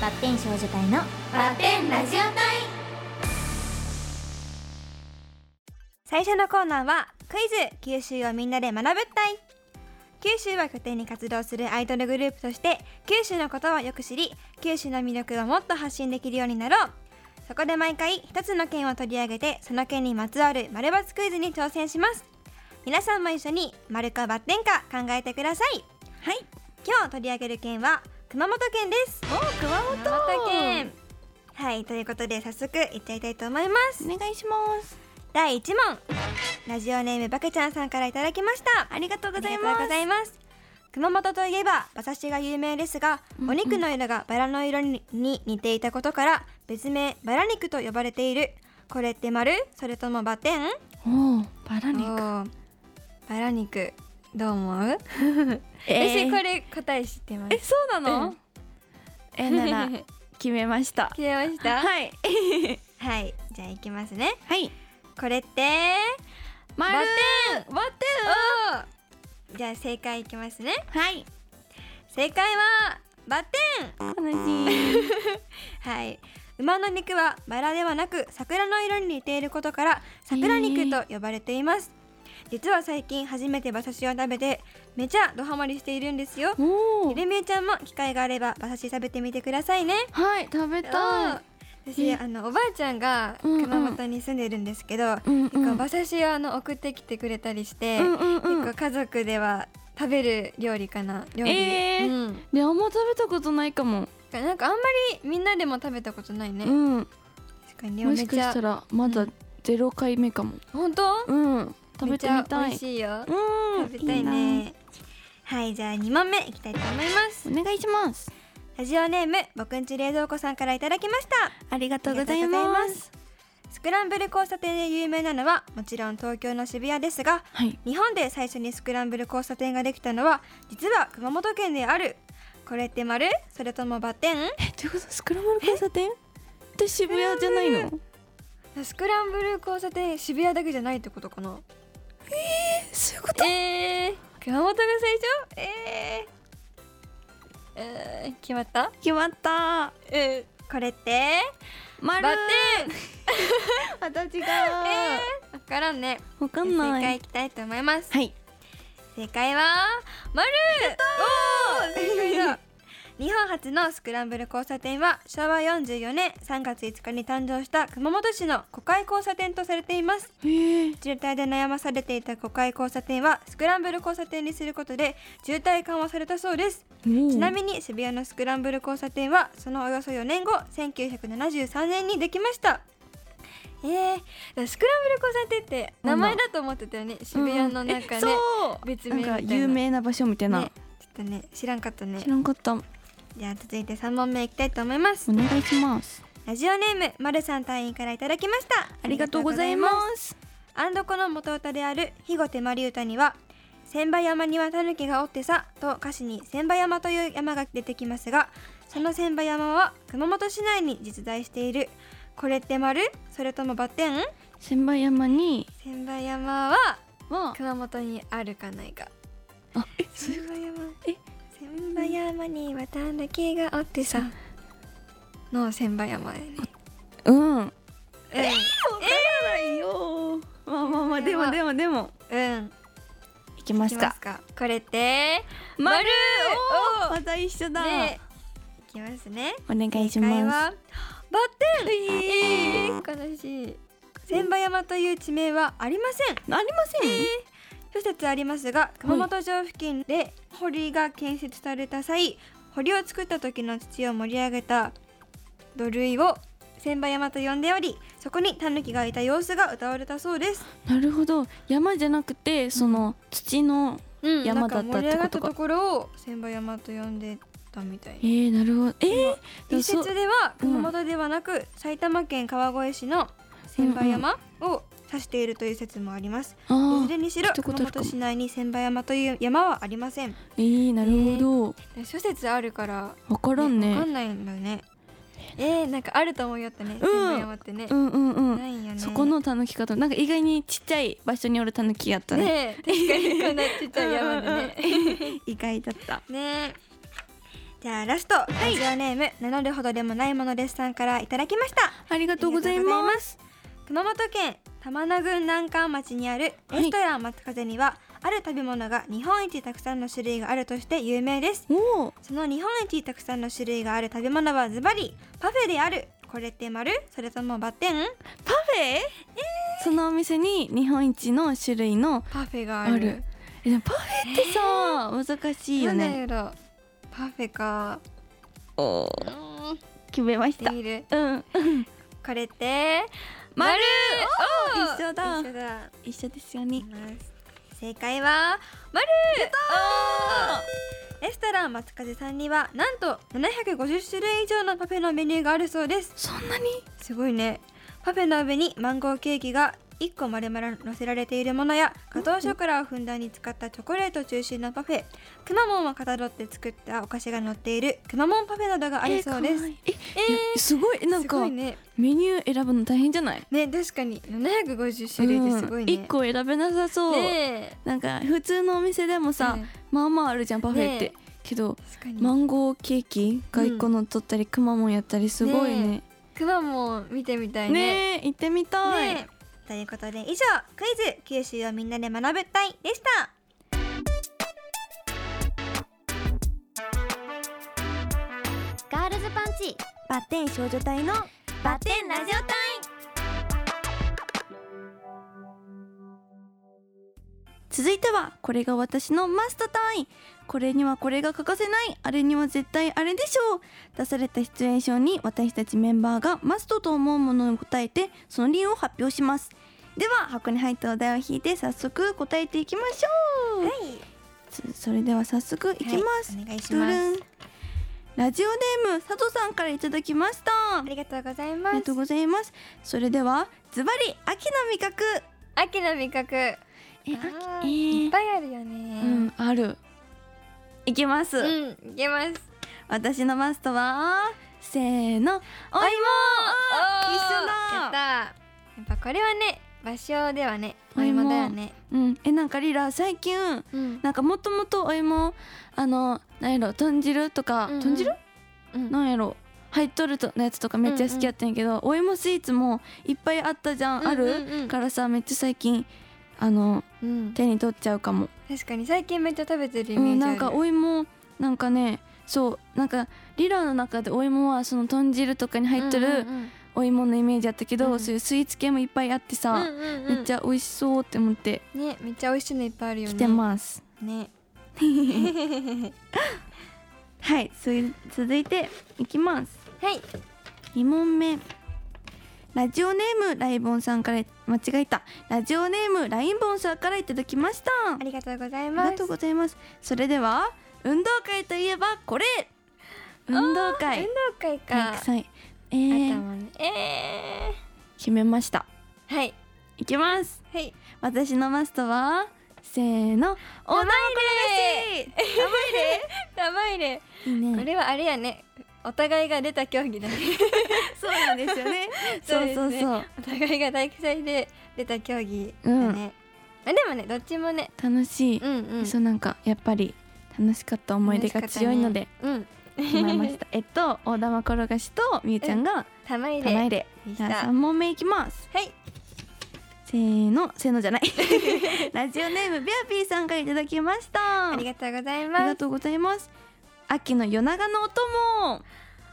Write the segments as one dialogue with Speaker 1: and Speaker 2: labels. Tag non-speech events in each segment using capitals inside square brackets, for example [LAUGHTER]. Speaker 1: バッテン少女隊の
Speaker 2: バッテンラジオ隊
Speaker 3: 最初のコーナーはクイズ九州をみんなで学ぶ隊九州は拠点に活動するアイドルグループとして九州のことをよく知り九州の魅力をもっと発信できるようになろうそこで毎回一つの県を取り上げてその県にまつわる丸×クイズに挑戦します皆さんも一緒に丸かバッテンか考えてくださいはい今日取り上げる県は熊本県です
Speaker 4: お熊本
Speaker 3: 熊本県はいということで早速いっちゃいたいと思います
Speaker 4: お願いします
Speaker 3: 第一問ラジオネームバケちゃんさんからいただきました
Speaker 4: ありがとうござい
Speaker 3: あり
Speaker 4: ま
Speaker 3: がとう
Speaker 4: す
Speaker 3: ございます熊本といえば馬刺しが有名ですが、お肉の色がバラの色にに似ていたことから別名バラ肉と呼ばれているこれって丸それともバテン
Speaker 4: おおバラ
Speaker 3: お
Speaker 4: 肉
Speaker 3: ーバラ肉どう思う、私これ答え知ってます
Speaker 4: えそうなの、
Speaker 3: うん [LAUGHS]
Speaker 4: えなら決めました
Speaker 3: 決めましたはい、
Speaker 4: はい
Speaker 3: じゃあいきますね
Speaker 4: はい
Speaker 3: これって
Speaker 4: 丸
Speaker 3: バ
Speaker 4: テンバテ
Speaker 3: おーじゃあ正解いきますね
Speaker 4: ンはい
Speaker 3: 正解はバテン
Speaker 4: 悲しい
Speaker 3: はい馬の肉はバラではなく桜の色に似ていることから桜肉と呼ばれています、実は最近初めて馬刺しを食べてめちゃドハマりしているんですよ
Speaker 4: お
Speaker 3: ゆ
Speaker 4: ー
Speaker 3: るみえちゃんも機会があれば馬刺し食べてみてくださいね
Speaker 4: はい食べたい
Speaker 3: 私あのおばあちゃんが
Speaker 4: うんうん
Speaker 3: 熊本に住んでるんですけど、
Speaker 4: うん
Speaker 3: 結
Speaker 4: う
Speaker 3: 構
Speaker 4: ん
Speaker 3: 馬刺しをあの送ってきてくれたりして、
Speaker 4: うんうんうん
Speaker 3: 結構家族では食べる料理かな料理、
Speaker 4: え
Speaker 3: う
Speaker 4: ー
Speaker 3: ん
Speaker 4: であんま食べたことないかも
Speaker 3: なんかあんまりみんなでも食べたことないね、
Speaker 4: うん
Speaker 3: 確かにね
Speaker 4: も
Speaker 3: め
Speaker 4: し
Speaker 3: っ
Speaker 4: か
Speaker 3: ちゃ
Speaker 4: したらまだゼロ回目かも
Speaker 3: 本当
Speaker 4: うん食べてみ
Speaker 3: めっちゃ
Speaker 4: た
Speaker 3: 美味
Speaker 4: い
Speaker 3: しいよ、
Speaker 4: うん
Speaker 3: 食べたいねはいじゃあ2問目いきたいと思います
Speaker 4: いいなお願いします
Speaker 3: ラジオネーム僕んち冷蔵庫さんからいただきました
Speaker 4: ありがと
Speaker 3: と
Speaker 4: う
Speaker 3: う
Speaker 4: ご
Speaker 3: ご
Speaker 4: ざ
Speaker 3: ざ
Speaker 4: い
Speaker 3: い
Speaker 4: ま
Speaker 3: ますすスクランブル交差点で有名なのはもちろん東京の渋谷ですが
Speaker 4: はい
Speaker 3: 日本で最初にスクランブル交差点ができたのは実は熊本県であるこれって丸それともバッテン
Speaker 4: えどういうことスクランブル交差点って渋谷じゃないの
Speaker 3: スクランブル交差点渋谷だけじゃないってことかな
Speaker 4: そういうこ
Speaker 3: えー、熊本が最初えー、えー、決まった
Speaker 4: 決まった
Speaker 3: えー、これって
Speaker 4: 丸
Speaker 3: バッテン
Speaker 4: 私が
Speaker 3: えー、分からんね
Speaker 4: わかん
Speaker 3: 正
Speaker 4: ない
Speaker 3: 解いきたいと思います
Speaker 4: はい
Speaker 3: 正解は丸おー正解だ [LAUGHS] 日本初のスクランブル交差点は昭和44年3月5日に誕生した熊本市の古海交差点とされています
Speaker 4: えー、
Speaker 3: 渋滞で悩まされていた古海交差点はスクランブル交差点にすることで渋滞緩和されたそうですち
Speaker 4: ち
Speaker 3: なみに渋谷のスクランブル交差点はそのおよそ4年後1973年にできましたえー、だからスクランブル交差点って名前だと思ってたよね渋谷の中で、
Speaker 4: そう
Speaker 3: 別
Speaker 4: な
Speaker 3: 名
Speaker 4: ん
Speaker 3: みた
Speaker 4: か
Speaker 3: いな
Speaker 4: 有名な場所みたいな、
Speaker 3: ねちょっとね知らんかったね
Speaker 4: 知らんかったお
Speaker 3: じゃあ続いて3問目いきたいと思います
Speaker 4: 願いします
Speaker 3: ラジオネームまるさん隊員からいただきました
Speaker 4: ありがとうございますす
Speaker 3: アンドコの元歌である「肥後手まり歌」には「千葉山にはたぬきがおってさ」と歌詞に千葉山という山が出てきますがその千葉山は熊本市内に実在しているこれって丸それともバッテン
Speaker 4: 千葉山に
Speaker 3: 千葉山は
Speaker 4: は
Speaker 3: 熊本にあるかないか
Speaker 4: あえそ
Speaker 3: 千葉山
Speaker 4: え
Speaker 3: 千葉山にはたぬきがおってさの千葉山やね、
Speaker 4: うん
Speaker 3: う
Speaker 4: わか
Speaker 3: ん
Speaker 4: らないよまあまあまあでもでもでも
Speaker 3: うん、
Speaker 4: いきま
Speaker 3: いきますかこれって
Speaker 4: 丸
Speaker 3: おー
Speaker 4: また一緒だ、
Speaker 3: ねいきますね
Speaker 4: お願いし
Speaker 3: 今回
Speaker 4: ます
Speaker 3: はバッテン、悲しい千葉山という地名はありません
Speaker 4: ありません、
Speaker 3: 諸説ありますが熊本城付近で堀が建設された際堀を作った時の土を盛り上げた土塁を千葉山と呼んでおりそこにタヌキがいた様子が歌われたそうです、
Speaker 4: なるほど山じゃなくてその土の
Speaker 3: うん
Speaker 4: 山だったってこと
Speaker 3: なんか
Speaker 4: か
Speaker 3: 盛り上がったところを千葉山と呼んでたみたい
Speaker 4: えー、なるほどえー、
Speaker 3: 一
Speaker 4: そ
Speaker 3: 説では
Speaker 4: うん
Speaker 3: 熊本ではなく、埼玉県川越市の千葉山を指しているという説もあります、
Speaker 4: あ
Speaker 3: いず
Speaker 4: ー
Speaker 3: れにしろ
Speaker 4: 聞いたこ
Speaker 3: 熊
Speaker 4: とあるかも
Speaker 3: 本市内に千葉山という山はありません
Speaker 4: えー、なるほど
Speaker 3: 諸説あるから
Speaker 4: わからん
Speaker 3: わ
Speaker 4: ね
Speaker 3: かんないんだよねえー、なんかあると思いよったね、
Speaker 4: うん
Speaker 3: 千葉山ってね
Speaker 4: う、んうんうん
Speaker 3: ないんよね
Speaker 4: そこのたぬきかとなんか意外にちっちゃい場所におるたぬきやったね
Speaker 3: [LAUGHS] ねえ確かにこんなちっちゃい山でね
Speaker 4: 意外だった
Speaker 3: ねえじゃあラスト、ラジオネーム名乗るほどでもないものですさんからいただきました
Speaker 4: ありがとうござい
Speaker 3: ありがとうござ
Speaker 4: ま。
Speaker 3: います熊本県玉名郡南関町にあるレストラン松風には、ある食べ物が日本一たくさんの種類があるとして有名です
Speaker 4: おお、
Speaker 3: その日本一たくさんの種類がある食べ物はズバリパフェであるこれって丸それともバッテン
Speaker 4: パフェ？そのお店に日本一の種類の
Speaker 3: パフェがあ
Speaker 4: あ
Speaker 3: る
Speaker 4: る。えでもパフェってさ、難しいよね。
Speaker 3: なんだろうパフェか
Speaker 4: お
Speaker 3: うーん
Speaker 4: 決めまし
Speaker 3: で
Speaker 4: た。
Speaker 3: きる
Speaker 4: うん。
Speaker 3: これって
Speaker 4: 丸
Speaker 3: おー
Speaker 4: 一緒だ
Speaker 3: 一緒だ
Speaker 4: 一緒ですよね。
Speaker 3: 正解は丸レストラン松風さんにはなんと750種類以上のパフェのメニューがあるそうです
Speaker 4: そんなに？
Speaker 3: すごいねパフェの上にマンゴーケーキが1個丸々乗せられているものやガトーショコラをふんだんに使ったチョコレート中心のパフェくまモンをかたどって作ったお菓子が乗っているくまモンパフェなどがあるそうです、
Speaker 4: えー。可愛いえ、えすごいなん
Speaker 3: す
Speaker 4: か
Speaker 3: ごいね
Speaker 4: メニュー選ぶの大変じゃない？
Speaker 3: ね確かに750種類ってすごいね、
Speaker 4: 一、個選べなさそう、
Speaker 3: ね
Speaker 4: なんか普通のお店でも
Speaker 3: え
Speaker 4: さ、
Speaker 3: ね
Speaker 4: まあまああるじゃんパフェって、
Speaker 3: ね
Speaker 4: けど
Speaker 3: え確かに
Speaker 4: マンゴーケーキが一個の取ったり、くまモンやったりすごいね
Speaker 3: くまモン見てみた
Speaker 4: ね
Speaker 3: いね
Speaker 4: え行ってみたい、
Speaker 3: ねということで以上クイズ九州をみんなで学ぶ隊でした
Speaker 2: ガールズパンチ
Speaker 3: バッテン少女隊の
Speaker 2: バッテンラジオ隊
Speaker 4: 続いてはこれが私のマストタイムこれにはこれが欠かせないあれには絶対あれでしょう出されたシチュエーションに私たちメンバーがマストと思うものに答えてその理由を発表しますでは箱に入ったお題を引いて早速答えていきましょう、
Speaker 3: はい
Speaker 4: そそれでは早速いきます、
Speaker 3: はいお願いし
Speaker 4: ドゥル
Speaker 3: ます
Speaker 4: ンラジオネーム佐藤さんからいただきましたあ
Speaker 3: あ
Speaker 4: り
Speaker 3: りがとうございま
Speaker 4: が
Speaker 3: す
Speaker 4: とうございますそれではズバリ秋の味覚
Speaker 3: 秋の味覚え
Speaker 4: え
Speaker 3: あ
Speaker 4: 秋
Speaker 3: ーい
Speaker 4: え
Speaker 3: っぱいあるよね
Speaker 4: うんあるいきます、
Speaker 3: うんいけます
Speaker 4: 私のマストはせーのお芋
Speaker 3: おー
Speaker 4: 一緒だ
Speaker 3: やったやっぱこれはね場所ではねお芋だよね
Speaker 4: うんえなんかリラ最近
Speaker 3: うん
Speaker 4: なんかもともとお芋あのなんやろ豚汁とか、
Speaker 3: うんうん
Speaker 4: 豚汁
Speaker 3: うん
Speaker 4: なんやろ入っとるとのやつとかめっちゃ好きやったんやけど、お芋スイーツもいっぱいあったじゃん、
Speaker 3: うんうんうん
Speaker 4: あるからさめっちゃ最近あの
Speaker 3: うん
Speaker 4: 手に取っちゃうかも、
Speaker 3: 確かに最近めっちゃ食べてるイ
Speaker 4: う
Speaker 3: メージある
Speaker 4: ん、なんかお芋なんかねそうなんかリラの中でお芋はその豚汁とかに入っと
Speaker 3: うん
Speaker 4: る
Speaker 3: うん
Speaker 4: お芋のイメージあったけど、
Speaker 3: うん
Speaker 4: そういうスイーツ系もいっぱいあって
Speaker 3: うん
Speaker 4: さ、
Speaker 3: うんうんうん
Speaker 4: めっちゃ美味しそうって思って
Speaker 3: ねめっちゃ美味しいのいっぱいあるよね
Speaker 4: 来てます、
Speaker 3: ね
Speaker 4: はいそれ続いていきます
Speaker 3: はい
Speaker 4: 2問目ラジオネームライボンさんから間違えたラジオネームラインボンさんからいただきましたあ
Speaker 3: ありがとうござい
Speaker 4: り
Speaker 3: ます
Speaker 4: がとうございますそれでは運動会といえばこれ運動
Speaker 3: 運
Speaker 4: 会
Speaker 3: 動会か
Speaker 4: 体育祭え
Speaker 3: あった
Speaker 4: ー、
Speaker 3: もんねえ
Speaker 4: 決めました
Speaker 3: ー、はい
Speaker 4: いきます
Speaker 3: はい
Speaker 4: 私のマストはせーのおな
Speaker 3: れ [LAUGHS] やばいね
Speaker 4: いい
Speaker 3: こ
Speaker 4: ね
Speaker 3: れはあれやねお互いが出た競技だね
Speaker 4: [LAUGHS] そうなんですよね
Speaker 3: そう
Speaker 4: [LAUGHS] そう
Speaker 3: ですね
Speaker 4: そうそう
Speaker 3: [LAUGHS] お互いが体育祭で出た競技だ
Speaker 4: うん
Speaker 3: ね、あでもねどっちもね
Speaker 4: 楽しい、
Speaker 3: うんうん
Speaker 4: そうなんかやっぱり楽しかった思い出が強いので
Speaker 3: うん
Speaker 4: 決まりま
Speaker 3: [LAUGHS]
Speaker 4: した。えっと、大玉転がしとみゆちゃんが
Speaker 3: 玉入れ
Speaker 4: 玉入れ。
Speaker 3: でし
Speaker 4: じゃあ
Speaker 3: たは
Speaker 4: 三問目いきます。
Speaker 3: い
Speaker 4: せーの、せーのじ
Speaker 3: [LAUGHS]
Speaker 4: ゃない。ラジオネームベアピーさんからいただきました。
Speaker 3: ありがとうござい
Speaker 4: あり
Speaker 3: ま
Speaker 4: が
Speaker 3: す
Speaker 4: とうございます。秋の夜長のお供。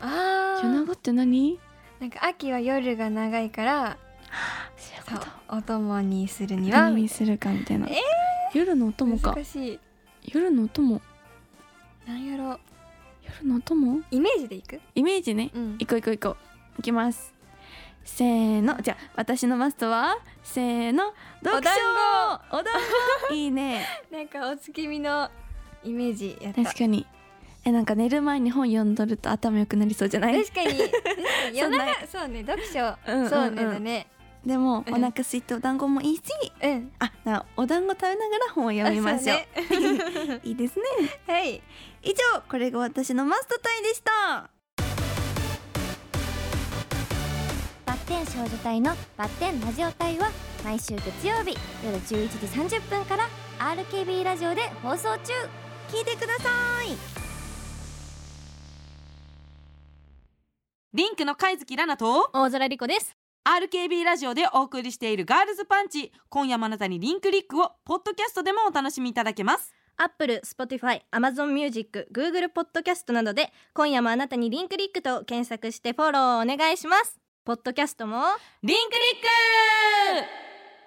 Speaker 3: あ
Speaker 4: 夜
Speaker 3: ー
Speaker 4: 長って何？
Speaker 3: なんか秋は夜が長いから
Speaker 4: 知
Speaker 3: そ
Speaker 4: ら
Speaker 3: うん
Speaker 4: かっ
Speaker 3: お供にする
Speaker 4: た
Speaker 3: には
Speaker 4: 何にするかみたいな。
Speaker 3: えー
Speaker 4: 夜のお供か
Speaker 3: 難。しい
Speaker 4: 夜のお供。
Speaker 3: なんやろう
Speaker 4: 夜のお供？
Speaker 3: イメージでいく
Speaker 4: イメージね。
Speaker 3: うん
Speaker 4: 行こう行こう行こう。行きます。せーの、じゃあ私のマストはせーの、読書。
Speaker 3: お団
Speaker 4: お団子。いいね。
Speaker 3: なんかお月見のイメージやった
Speaker 4: 確かに。えなんか寝る前に本読んどると頭良くなりそうじゃない？
Speaker 3: 確かに確か
Speaker 4: [LAUGHS]
Speaker 3: に夜中そうね読書
Speaker 4: うんうんうん
Speaker 3: そうねだね
Speaker 4: でもお
Speaker 3: うん
Speaker 4: 腹空いてお団子もいいし、
Speaker 3: うん
Speaker 4: あ、なお団子食べながら本を読みましょう。
Speaker 3: あそうね
Speaker 4: いいですね。
Speaker 3: はい
Speaker 4: 以上これが私のマストタイでした。
Speaker 2: バッテン少女隊のバッテンラジオ隊は毎週月曜日夜11時30分から RKB ラジオで放送中
Speaker 4: 聞いてください。
Speaker 1: リンクの貝月ラナと
Speaker 4: 大空莉子です
Speaker 1: RKB ラジオでお送りしているガールズパンチ今夜もあなたにリンクリックをポッドキャストでもお楽しみいただけます
Speaker 4: アップル、スポティファイ、アマゾンミュージック、グーグルポッドキャストなどで今夜もあなたにリンクリックと検索してフォローお願いしますポッドキャストも
Speaker 1: リンクリック